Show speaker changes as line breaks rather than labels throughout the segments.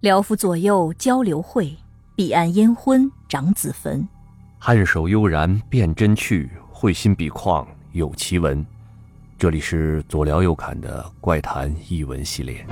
辽府左右交流会，彼岸烟婚长子坟。
颔首悠然辨真趣，会心笔况有奇文。这里是左聊右侃的怪谈译文系列。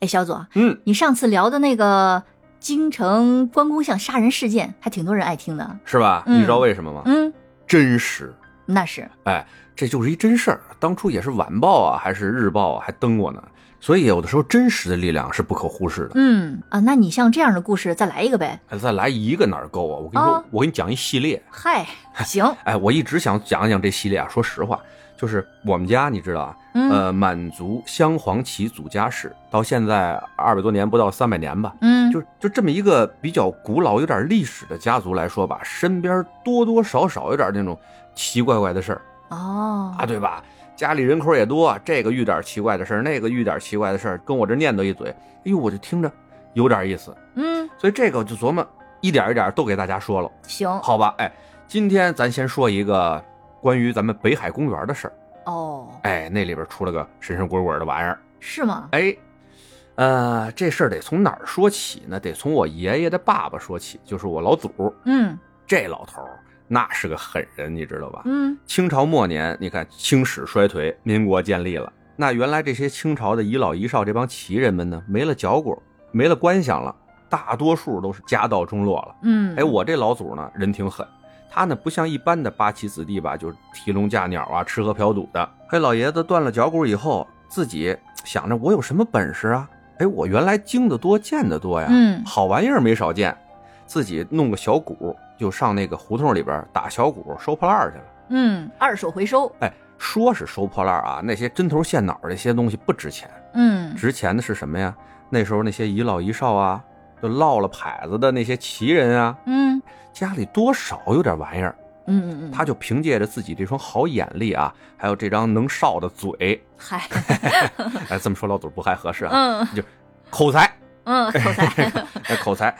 哎，小左，
嗯，
你上次聊的那个京城关公像杀人事件，还挺多人爱听的。
是吧？
嗯
你知道为什么吗？
嗯，
真实，
那是
哎，这就是一真事儿。当初也是晚报啊，还是日报啊，还登过呢。所以有的时候真实的力量是不可忽视的。
嗯啊，那你像这样的故事再来一个呗？
哎，再来一个哪儿够啊？我跟你说，
啊
我给你讲一系列。
嗨， 行，
哎，我一直想讲一讲这系列啊。说实话，就是我们家，你知道啊，
嗯
呃，满族镶黄旗祖家氏，到现在二百多年，不到三百年吧。
嗯，
就是就这么一个比较古老、有点历史的家族来说吧，身边多多少少有点那种奇怪怪的事儿
哦
啊，对吧？家里人口也多，这个遇点奇怪的事儿，那个遇点奇怪的事儿，跟我这念叨一嘴，哎呦，我就听着有点意思，
嗯，
所以这个我就琢磨一点一点都给大家说了，
行，
好吧？哎，今天咱先说一个关于咱们北海公园的事儿，
哦，
哎，那里边出了个神神鬼鬼的玩意儿，
是吗？
哎，呃，这事儿得从哪儿说起呢？得从我爷爷的爸爸说起，就是我老祖。
嗯
这老头儿那是个狠人，你知道吧？
嗯，
清朝末年，你看清史衰退，民国建立了，那原来这些清朝的遗老遗少这帮旗人们呢，没了脚骨，没了官饷了，大多数都是家道中落了。
嗯，
哎，我这老祖呢，人挺狠。他呢不像一般的八旗子弟吧，就是提笼架鸟啊，吃喝嫖赌的。嘿，老爷子断了脚骨以后，自己想着我有什么本事啊？哎，我原来经得多，见得多呀，
嗯
好玩意儿没少见。自己弄个小鼓，就上那个胡同里边打小鼓收破烂儿去了。
嗯，二手回收，
哎，说是收破烂儿啊，那些针头线脑儿这些东西不值钱，
嗯
值钱的是什么呀？那时候那些遗老遗少啊，就落了牌子的那些旗人啊，
嗯
家里多少有点玩意儿。
嗯嗯嗯，
他就凭借着自己这双好眼力啊，还有这张能少的嘴，
嗨，
哎，这么说老祖不太合适啊，
嗯
口才，
嗯，口才，
哎，口才，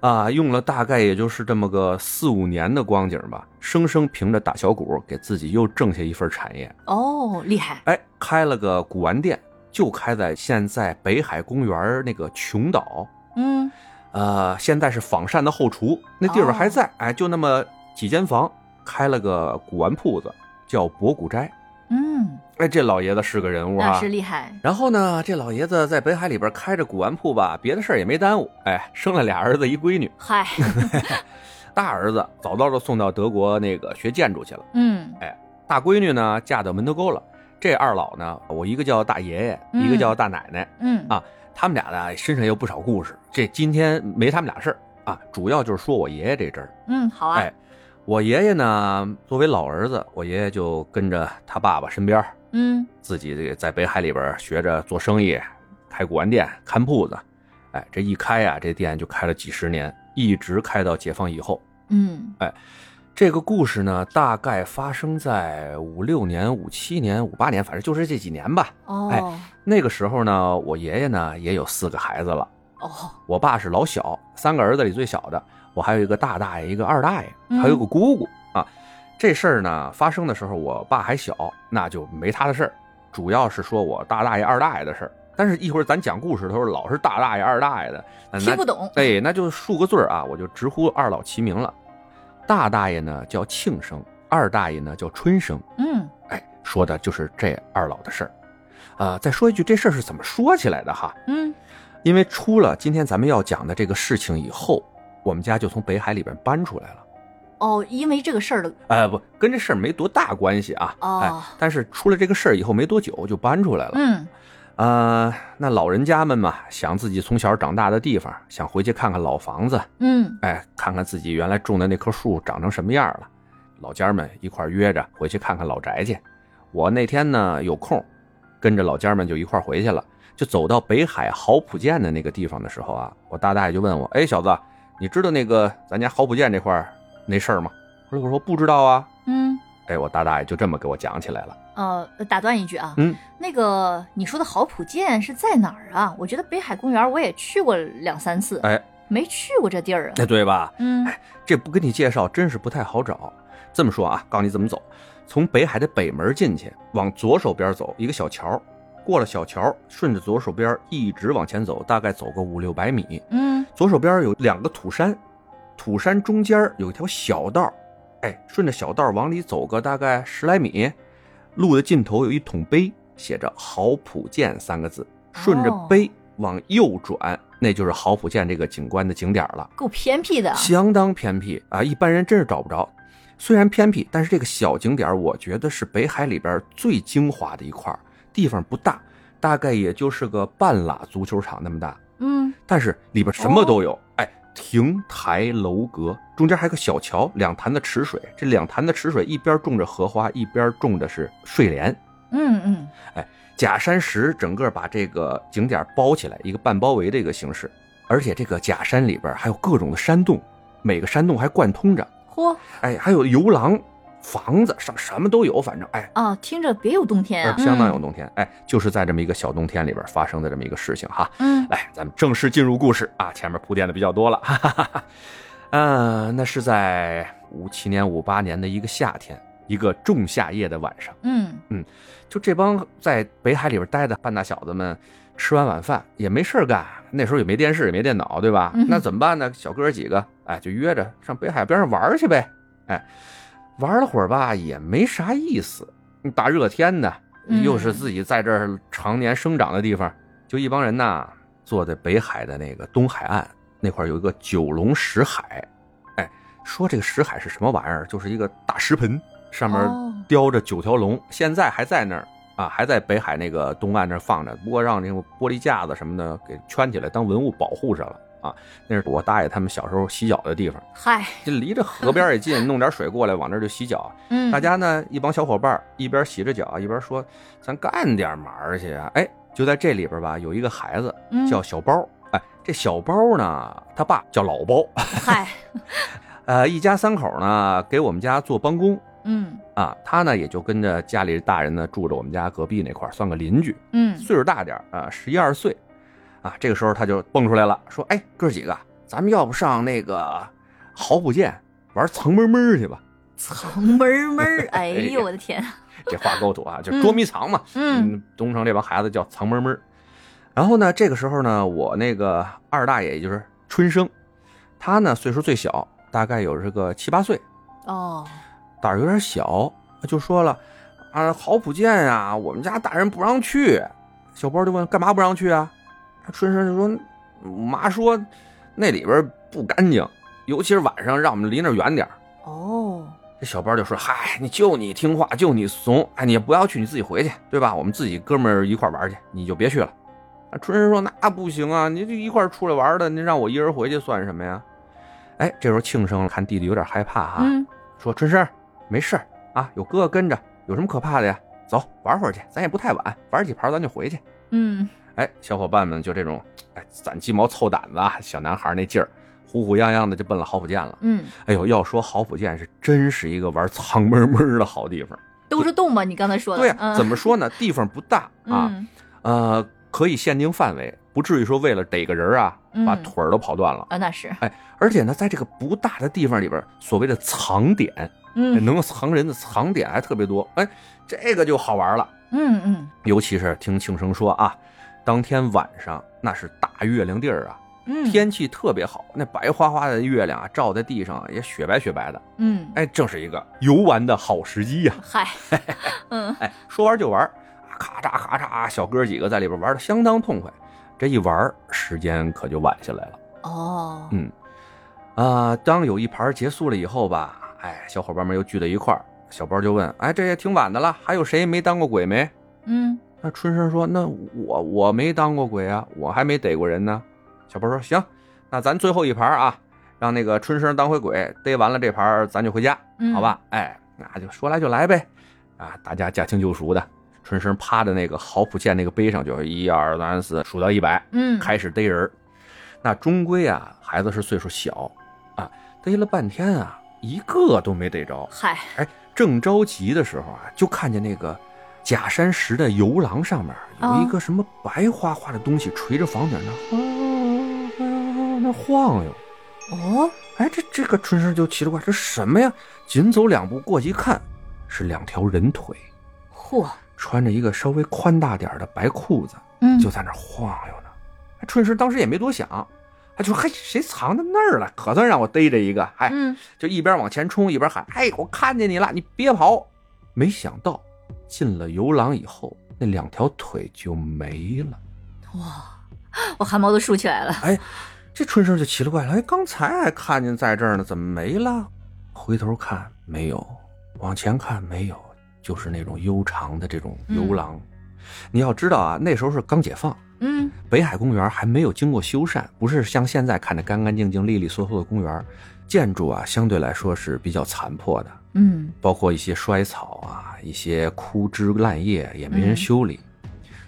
啊，用了大概也就是这么个四五年的光景吧，生生凭着打小鼓给自己又挣下一份产业，
哦，厉害，
哎，开了个古玩店，就开在现在北海公园那个琼岛，
嗯
呃，现在是仿膳的后厨，那地方还
哦
在，哎，就那么几间房，开了个古玩铺子，叫博古斋。
嗯，
哎，这老爷子是个人物
那
啊，
是厉害，
然后呢，这老爷子在北海里边开着古玩铺吧，别的事儿也没耽误。哎，生了俩儿子一闺女，
嗨，
大儿子早早的送到德国那个学建筑去了，
嗯
大闺女呢嫁到门头沟了。这二老呢，我一个叫大爷爷，
嗯
一个叫大奶奶，
嗯
啊他们俩呢身上有不少故事。这今天没他们俩事儿啊，主要就是说我爷爷这阵儿。
嗯，好啊
哎，我爷爷呢，作为老儿子，我爷爷就跟着他爸爸身边儿，
嗯
自己这个在北海里边学着做生意，开古玩店、看铺子。哎，这一开啊，这店就开了几十年，一直开到解放以后。
嗯
哎这个故事呢，大概发生在五六年、五七年、五八年，反正就是这几年吧。
哦
那个时候呢，我爷爷呢也有四个孩子了，
哦
我爸是老小，三个儿子里最小的，我还有一个大大爷，一个二大爷，
嗯
还有个姑姑、啊。这事儿呢发生的时候，我爸还小，那就没他的事儿，主要是说我大大爷、二大爷的事儿。但是，一会儿咱讲故事的时候，老是大大爷、二大爷的，那
听不懂，
哎，那就数个字儿啊，我就直呼二老齐名了。大大爷呢叫庆生，二大爷呢叫春生。
嗯
哎，说的就是这二老的事儿。啊、再说一句，这事儿是怎么说起来的哈？
嗯
因为出了今天咱们要讲的这个事情以后，我们家就从北海里边搬出来了。
哦，因为这个事儿的
呃，不，跟这事儿没多大关系啊。
哦
哎，但是出了这个事儿以后没多久就搬出来了。
嗯
呃，那老人家们嘛，想自己从小长大的地方，想回去看看老房子，
嗯
哎，看看自己原来种的那棵树长成什么样了。老家们一块儿约着回去看看老宅去。我那天呢有空，跟着老家们就一块儿回去了。就走到北海好普建的那个地方的时候啊，我大大爷就问我：“哎，小子，你知道那个咱家好普建这块儿那事儿吗？”后来我说：“不知道啊。
嗯。”
哎，我大大爷就这么给我讲起来了。
呃，打断一句啊，
嗯，
那个你说的好普建是在哪儿啊？我觉得北海公园我也去过两三次，
哎，
没去过这地儿啊。
那哎对吧？
嗯
这不跟你介绍真是不太好找。这么说啊，告诉你怎么走：从北海的北门进去，往左手边走一个小桥，过了小桥，顺着左手边一直往前走，大概走个五六百米，
嗯
左手边有两个土山，土山中间有一条小道儿，哎，顺着小道儿往里走个大概十来米，路的尽头有一桶碑，写着“好普涧”三个字，顺着
哦
碑往右转，那就是好普涧这个景观的景点儿了，
够偏僻的，
相当偏僻啊，一般人真是找不着。虽然偏僻，但是这个小景点儿我觉得是北海里边儿最精华的一块儿，地方不大，大概也就是个半拉足球场那么大。
嗯，
但是里边什么都有，哎，亭台楼阁，中间还有个小桥，两潭的池水，这两潭的池水一边种着荷花，一边种的是睡莲。
嗯嗯，
假山石整个把这个景点包起来，一个半包围的一个形式，而且这个假山里边还有各种的山洞，每个山洞还贯通着，
嚯
哎，还有游廊、房子，上什么都有，反正哎，
啊，听着别有洞天啊，
相当有洞天，哎，就是在这么一个小洞天里边发生的这么一个事情哈。
嗯，嗯，
来，咱们正式进入故事啊，前面铺垫的比较多了， 哈哈哈哈。嗯，那是在五七年、五八年的一个夏天，一个仲夏夜的晚上，
嗯
就这帮在北海里边待的半大小子们，吃完晚饭也没事儿干，那时候也没电视，也没电脑，对吧？
嗯哼
那怎么办呢？小哥儿几个，哎，就约着上北海边上玩儿去呗，哎，玩了会儿吧，也没啥意思，大热天的，
嗯
又是自己在这儿常年生长的地方，就一帮人呐，坐在北海的那个东海岸那块儿有一个九龙石海，哎，说这个石海是什么玩意儿？就是一个大石盆，上
哦
面雕着九条龙，现在还在那儿啊，还在北海那个东岸那儿放着，不过让那个玻璃架子什么的给圈起来当文物保护上了啊。那是我大爷他们小时候洗脚的地方，
嗨，
这离着河边 也近，弄点水过来往这儿就洗脚。
嗯，
大家呢一帮小伙伴儿一边洗着脚一边说：“咱干点嘛儿去啊！”哎，就在这里边吧，有一个孩子
嗯
叫小包。哎，这小包呢，他爸叫老包。
嗨，
呃，一家三口呢给我们家做帮工
嗯
啊，他呢也就跟着家里大人呢住着我们家隔壁那块儿，算个邻居，
嗯
岁数大点儿啊，十一二岁。啊，这个时候他就蹦出来了，说：“哎，哥几个，咱们要不上那个好普涧玩藏猫猫去吧？”
藏门 门，哎
哎
呦
呀
我的天，
这话够土啊，就捉迷藏嘛。
嗯，
东城这帮孩子叫藏门门。然后呢，这个时候呢，我那个二大爷，也就是春生，他呢岁数最小，大概有这个七八岁，嗯
哦，
胆儿有点小，就说了啊，好普洱啊，我们家大人不让去。小包就问干嘛不让去啊？春生就说，妈说那里边不干净，尤其是晚上，让我们离那儿远点儿。
哦，
这小包就说：“嗨，你就你听话，就你怂，哎，你也不要去，你自己回去，对吧？我们自己哥们儿一块儿玩去，你就别去了。”啊，春生说：“那不行啊，你这一块儿出来玩的，你让我一人回去算什么呀？”哎，这时候庆生看弟弟有点害怕哈、
嗯
说：“春生，没事儿啊，有哥哥跟着，有什么可怕的呀？走，玩会儿去，咱也不太晚，玩几盘咱就回去。”
嗯
哎，小伙伴们就这种哎攒鸡毛凑胆子啊，小男孩那劲儿，虎虎泱泱的就奔了好普涧了。
嗯，
哎呦，要说好普涧是真是一个玩藏猫猫的好地方。
都是洞吧？你刚才说的，
对呀、
嗯
怎么说呢？地方不大啊，
嗯
呃，可以限定范围，不至于说为了逮个人啊，把
嗯
腿儿都跑断了。
啊，那是，
而且呢，在这个不大的地方里边，所谓的藏点，
嗯
哎能够藏人的藏点还特别多。哎，这个就好玩了。
嗯嗯
尤其是听庆生说啊，当天晚上那是大月亮地儿啊，
嗯，，
天气特别好，那白花花的月亮啊，照在地上啊也雪白雪白的。
嗯，
哎，正是一个游玩的好时机呀、
嗨，嗯
哎，说玩就玩，啊咔嚓咔嚓，小哥几个在里边玩的相当痛快。这一玩，时间可就晚下来了。
哦，
嗯啊、当有一盘结束了以后吧，哎，小伙伴们又聚在一块儿，小包就问：“哎，这也挺晚的了，还有谁没当过鬼没
嗯，？”
那春生说：“那我我没当过鬼啊，我还没逮过人呢。”小包说：“行，那咱最后一盘啊，让那个春生当回鬼，逮完了这盘咱就回家。”
嗯
好，吧，哎，那就说来就来呗，啊，大家驾轻就熟的，春生趴在那个好普涧那个碑上，就是一二三四数到一百，
嗯，
开始逮人儿。那终归啊，孩子是岁数小啊，逮了半天啊，一个都没逮着。
嗨，
哎，正着急的时候啊，就看见那个假山石的游廊上面有一个什么白花花的东西垂着房顶那晃晃那晃悠。
哦，
哎，这这个春生就奇了怪，这什么呀？紧走两步过去一看，是两条人腿。
嚯，
穿着一个稍微宽大点儿的白裤子，
嗯，
就在那儿晃悠呢。哎春石当时也没多想，他就说：“嘿，谁藏在那儿了？可算让我逮着一个！”哎，
嗯，
就一边往前冲，一边喊：“哎，我看见你了，你别跑！”没想到进了游廊以后，那两条腿就没了。
哇，我汗毛都竖起来了。
哎，这春生就奇了怪了，哎，刚才还看见在这儿呢，怎么没了？回头看没有，往前看没有，就是那种悠长的这种游廊。你要知道啊，那时候是刚解放，
嗯
北海公园还没有经过修缮，不是像现在看着干干净净、利利索索的公园，建筑啊相对来说是比较残破的，
嗯
包括一些衰草啊、一些枯枝烂叶也没人修理。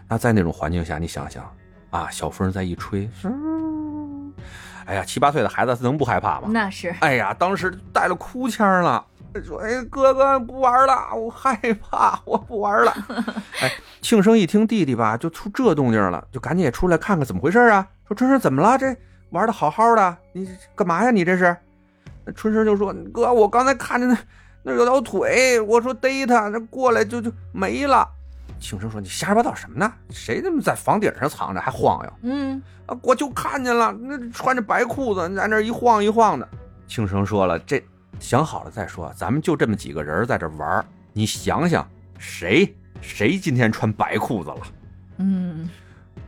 那在那种环境下，你想想啊，小风再一吹，嗯哎呀，七八岁的孩子能不害怕吗？
那是，
哎呀，当时带了哭腔了，说：“哎，哥哥不玩了，我害怕，我不玩了。”哎，庆生一听弟弟吧，就出这动静了，就赶紧也出来看看怎么回事啊。说春生怎么了？这玩的好好的，你干嘛呀？你这是？那春生就说：“哥，我刚才看见那那有条腿，我说逮他，那过来就就没了。”庆生说：“你瞎说八道什么呢？谁他妈在房顶上藏着还晃悠？”
嗯
啊，我就看见了，那穿着白裤子在那儿一晃一晃的。庆生说了，这想好了再说，咱们就这么几个人在这玩儿你想想，谁谁今天穿白裤子了？
嗯，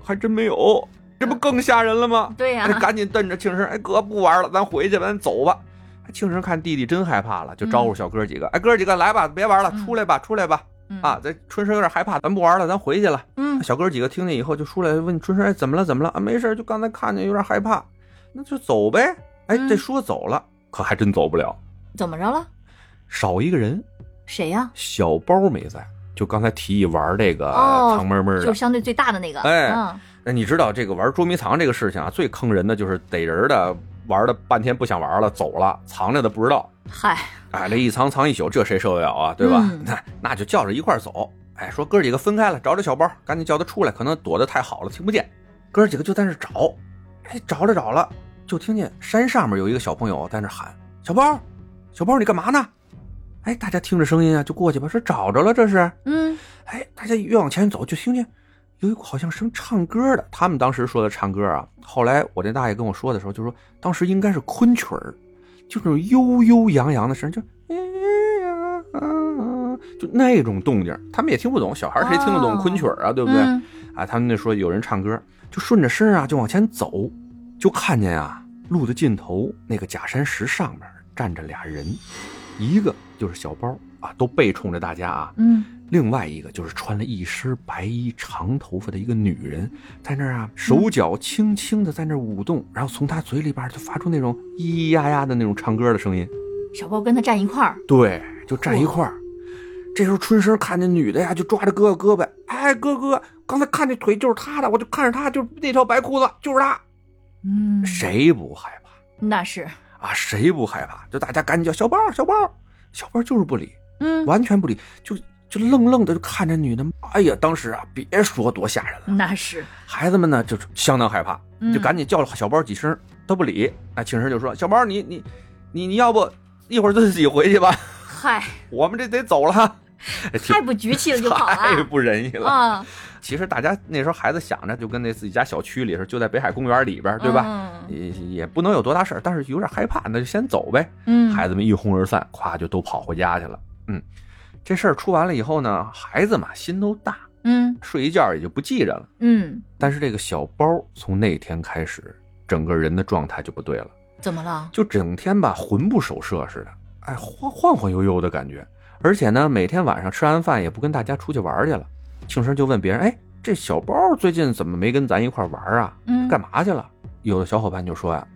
还真没有，这不更吓人了吗？
对呀、
哎赶紧瞪着庆生，哎哥不玩了，咱回去吧，咱走吧。哎庆生看弟弟真害怕了，就招呼小哥几个，哎哥几个来吧，别玩了，
嗯
出来吧，出来吧。
嗯
啊，，这春生有点害怕，咱不玩了，咱回去了。
嗯
小哥几个听见以后就出来问春生：“哎，怎么了？怎么了？啊，没事，就刚才看见有点害怕，那就走呗。”哎，
嗯
这说走了，可还真走不了，
怎么着了？
少一个人，
谁呀、
小包没在。就刚才提议玩这个
哦
藏闷闷
就
的
是，相对最大的那个，
哎
嗯
那你知道这个玩捉迷藏这个事情啊，最坑人的就是逮人的，玩了半天不想玩了，走了，藏着的不知道。
嗨，
哎，这一藏藏一宿，这谁受得了啊？对吧？
嗯
那那就叫着一块儿走。哎，说哥几个分开了，找找小包，赶紧叫他出来，可能躲得太好了，听不见。哥几个就在那儿找，哎，找着找了，就听见山上面有一个小朋友在那儿喊：“小包，小包，你干嘛呢？”哎，大家听着声音啊，就过去吧，说找着了，这是。
嗯
哎，大家越往前走，就听见有一股好像声唱歌的。他们当时说的唱歌啊，后来我这大爷跟我说的时候，就说当时应该是昆曲儿，就那种悠悠扬扬的声，就就那种动静儿，他们也听不懂，小孩儿谁听得懂
哦
昆曲儿啊，对不对？
嗯
啊，他们那说有人唱歌，就顺着声儿啊就往前走，就看见啊路的尽头那个假山石上面站着俩人，一个就是小包啊，都背冲着大家啊，
嗯
另外一个就是穿了一身白衣、长头发的一个女人，在那儿啊，手脚轻轻的在那儿舞动，然后从她嘴里边就发出那种咿咿呀呀的那种唱歌的声音。
小包跟他站一块儿，
对，就站一块儿。这时候春生看见女的呀，就抓着哥哥胳膊，哎，哥哥，刚才看见腿就是她的，我就看着她，就是那条白裤子，就是她。
嗯，？
谁不害怕？
那是，
啊，谁不害怕？就大家赶紧叫小包，小包，小包就是不理。
嗯，
完全不理，就就愣愣的就看着女的。哎呀，当时啊，别说多吓人了，
那是，
孩子们呢就是相当害怕，
嗯
就赶紧叫了小包几声，都不理。那庆生就说：“小包，你你你你要不一会儿自己回去吧，
嗨，
我们这得走了。哎”
太不局气了就跑
太
了
不仁义了。
啊，
其实大家那时候孩子想着，就跟那自己家小区里似的，就在北海公园里边，对吧？
嗯
也也不能有多大事儿，但是有点害怕，那就先走呗。
嗯，
孩子们一哄而散，咵就都跑回家去了。嗯，这事儿出完了以后呢，孩子嘛心都大，
嗯
睡一觉也就不记着了。
嗯，
但是这个小包从那天开始，整个人的状态就不对了，
怎么了？
就整天吧魂不守舍似的，哎晃晃晃悠悠的感觉。而且呢，每天晚上吃完饭也不跟大家出去玩去了。庆生就问别人：“哎，这小包最近怎么没跟咱一块玩啊？
嗯，
干嘛去了？有的小伙伴就说呀、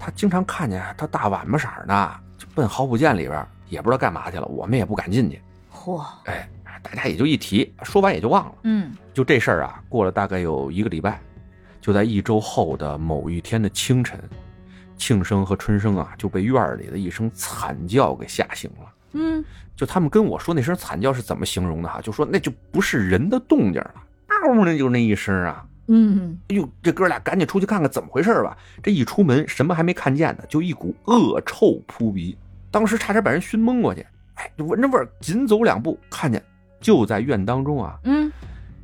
他经常看见他大晚巴色儿呢，就奔好普舰里边儿，也不知道干嘛去了，我们也不敢进去。
嚯，
哎，大家也就一提，说完也就忘了。
嗯
就这事儿啊，过了大概有一个礼拜，就在一周后的某一天的清晨，庆生和春生啊就被院儿里的一声惨叫给吓醒了。
嗯，
就他们跟我说那声惨叫是怎么形容的哈、就说那就不是人的动静了，嗷，那就那一声啊，
嗯，
哎呦，这哥俩赶紧出去看看怎么回事吧！这一出门，什么还没看见呢，就一股恶臭扑鼻，当时差点把人熏蒙过去。哎，就闻着味儿，紧走两步，看见就在院当中啊，
嗯，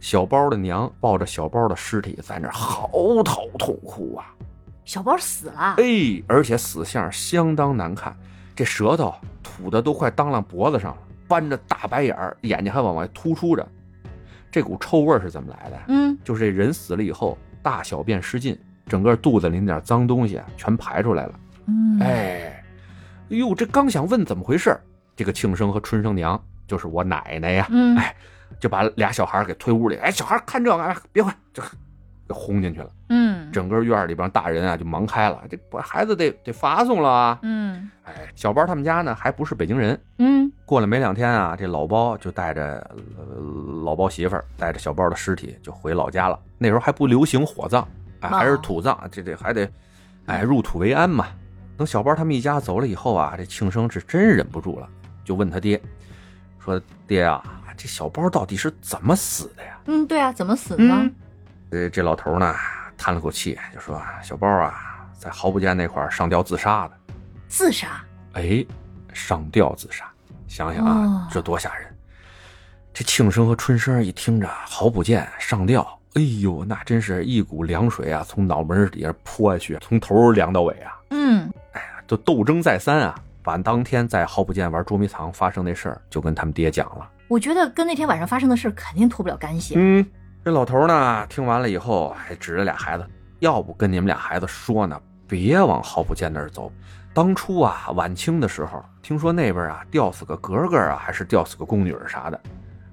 小包的娘抱着小包的尸体在那儿嚎啕痛哭啊，
小包死了，
哎，而且死相相当难看，这舌头吐的都快当啷脖子上了，翻着大白眼儿，眼睛还往外突出着。这股臭味儿是怎么来的？
嗯，
就是这人死了以后，大小便失禁，整个肚子里那点脏东西啊全排出来了。
嗯，
哎，哎呦，这刚想问怎么回事儿，这个庆生和春生娘就是我奶奶呀，
嗯，
哎就把俩小孩儿给推屋里。哎，小孩儿看这个，哎别管，就给轰进去了。
嗯，
整个院儿里边大人啊就忙开了，这把孩子得得发送了啊。
嗯，
哎，小包他们家呢还不是北京人，
嗯，
过了没两天啊，这老包就带着、呃老包媳妇儿带着小包的尸体就回老家了。那时候还不流行火葬，哎，
哦
还是土葬，这得还得，哎，入土为安嘛。等小包他们一家走了以后啊，这庆生是真忍不住了，就问他爹，说：“爹啊，这小包到底是怎么死的呀
嗯，对啊，怎么死？”的呢？
嗯，这这老头呢叹了口气，就说：“小包啊，在毫不间那块儿上吊自杀的。”
自杀，
哎，上吊自杀，想想啊
哦，
这多吓人！这庆生和春生一听着郝普建上吊，哎呦，那真是一股凉水啊，从脑门底下泼下去，从头凉到尾啊！
嗯，
都斗争再三啊，把当天在郝普建玩捉迷藏发生那事儿就跟他们爹讲了。
我觉得跟那天晚上发生的事儿肯定脱不了干系。
嗯，这老头呢，听完了以后，还指着俩孩子，要不跟你们俩孩子说呢，别往郝普建那儿走。当初啊，晚清的时候，听说那边啊吊死个格格啊，还是吊死个宫女儿啥的，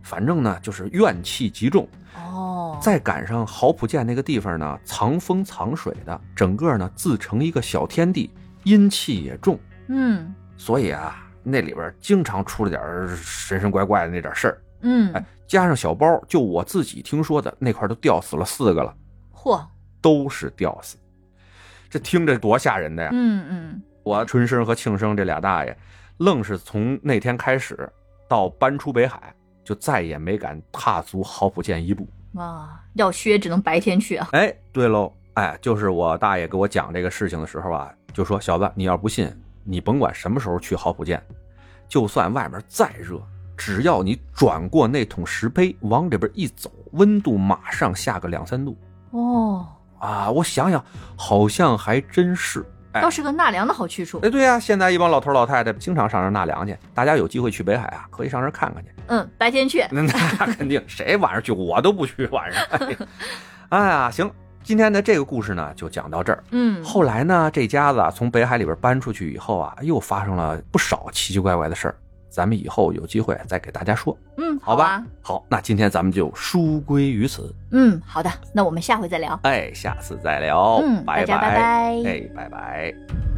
反正呢就是怨气极重。
哦，
再赶上郝普建那个地方呢，藏风藏水的，整个呢自成一个小天地，阴气也重，
嗯
所以啊，那里边经常出了点儿神神怪怪的那点儿事儿。哎
嗯，，
加上小包，就我自己听说的，那块儿都吊死了四个了，
嚯，
都是吊死。这听着多吓人的呀！
嗯嗯
我春生和庆生这俩大爷，愣是从那天开始到搬出北海，就再也没敢踏足郝普建一步。
哇，要削只能白天去啊。
哎，对喽，哎，就是我大爷给我讲这个事情的时候啊，就说小子，你要不信，你甭管什么时候去郝普建，就算外面再热，只要你转过那桶石碑往里边一走，温度马上下个两三度
哦，
啊！我想想，好像还真是。哎
倒是个纳凉的好去处
哎，。对呀、现在一帮老头老太太经常上这儿纳凉去，大家有机会去北海啊，可以上这儿看看去。
嗯，白天去。
那那肯定，谁晚上去我都不去 晚上。哎呀，哎呀，行，今天的这个故事呢就讲到这儿。
嗯，
后来呢，这家子啊从北海里边搬出去以后啊，又发生了不少奇奇怪怪的事儿。咱们以后有机会再给大家说，
嗯，
好
好
吧？
啊。
好，那今天咱们就书归于此，
嗯，好的，那我们下回再聊。
哎，下次再聊，
嗯
拜
大家拜拜
哎，拜拜。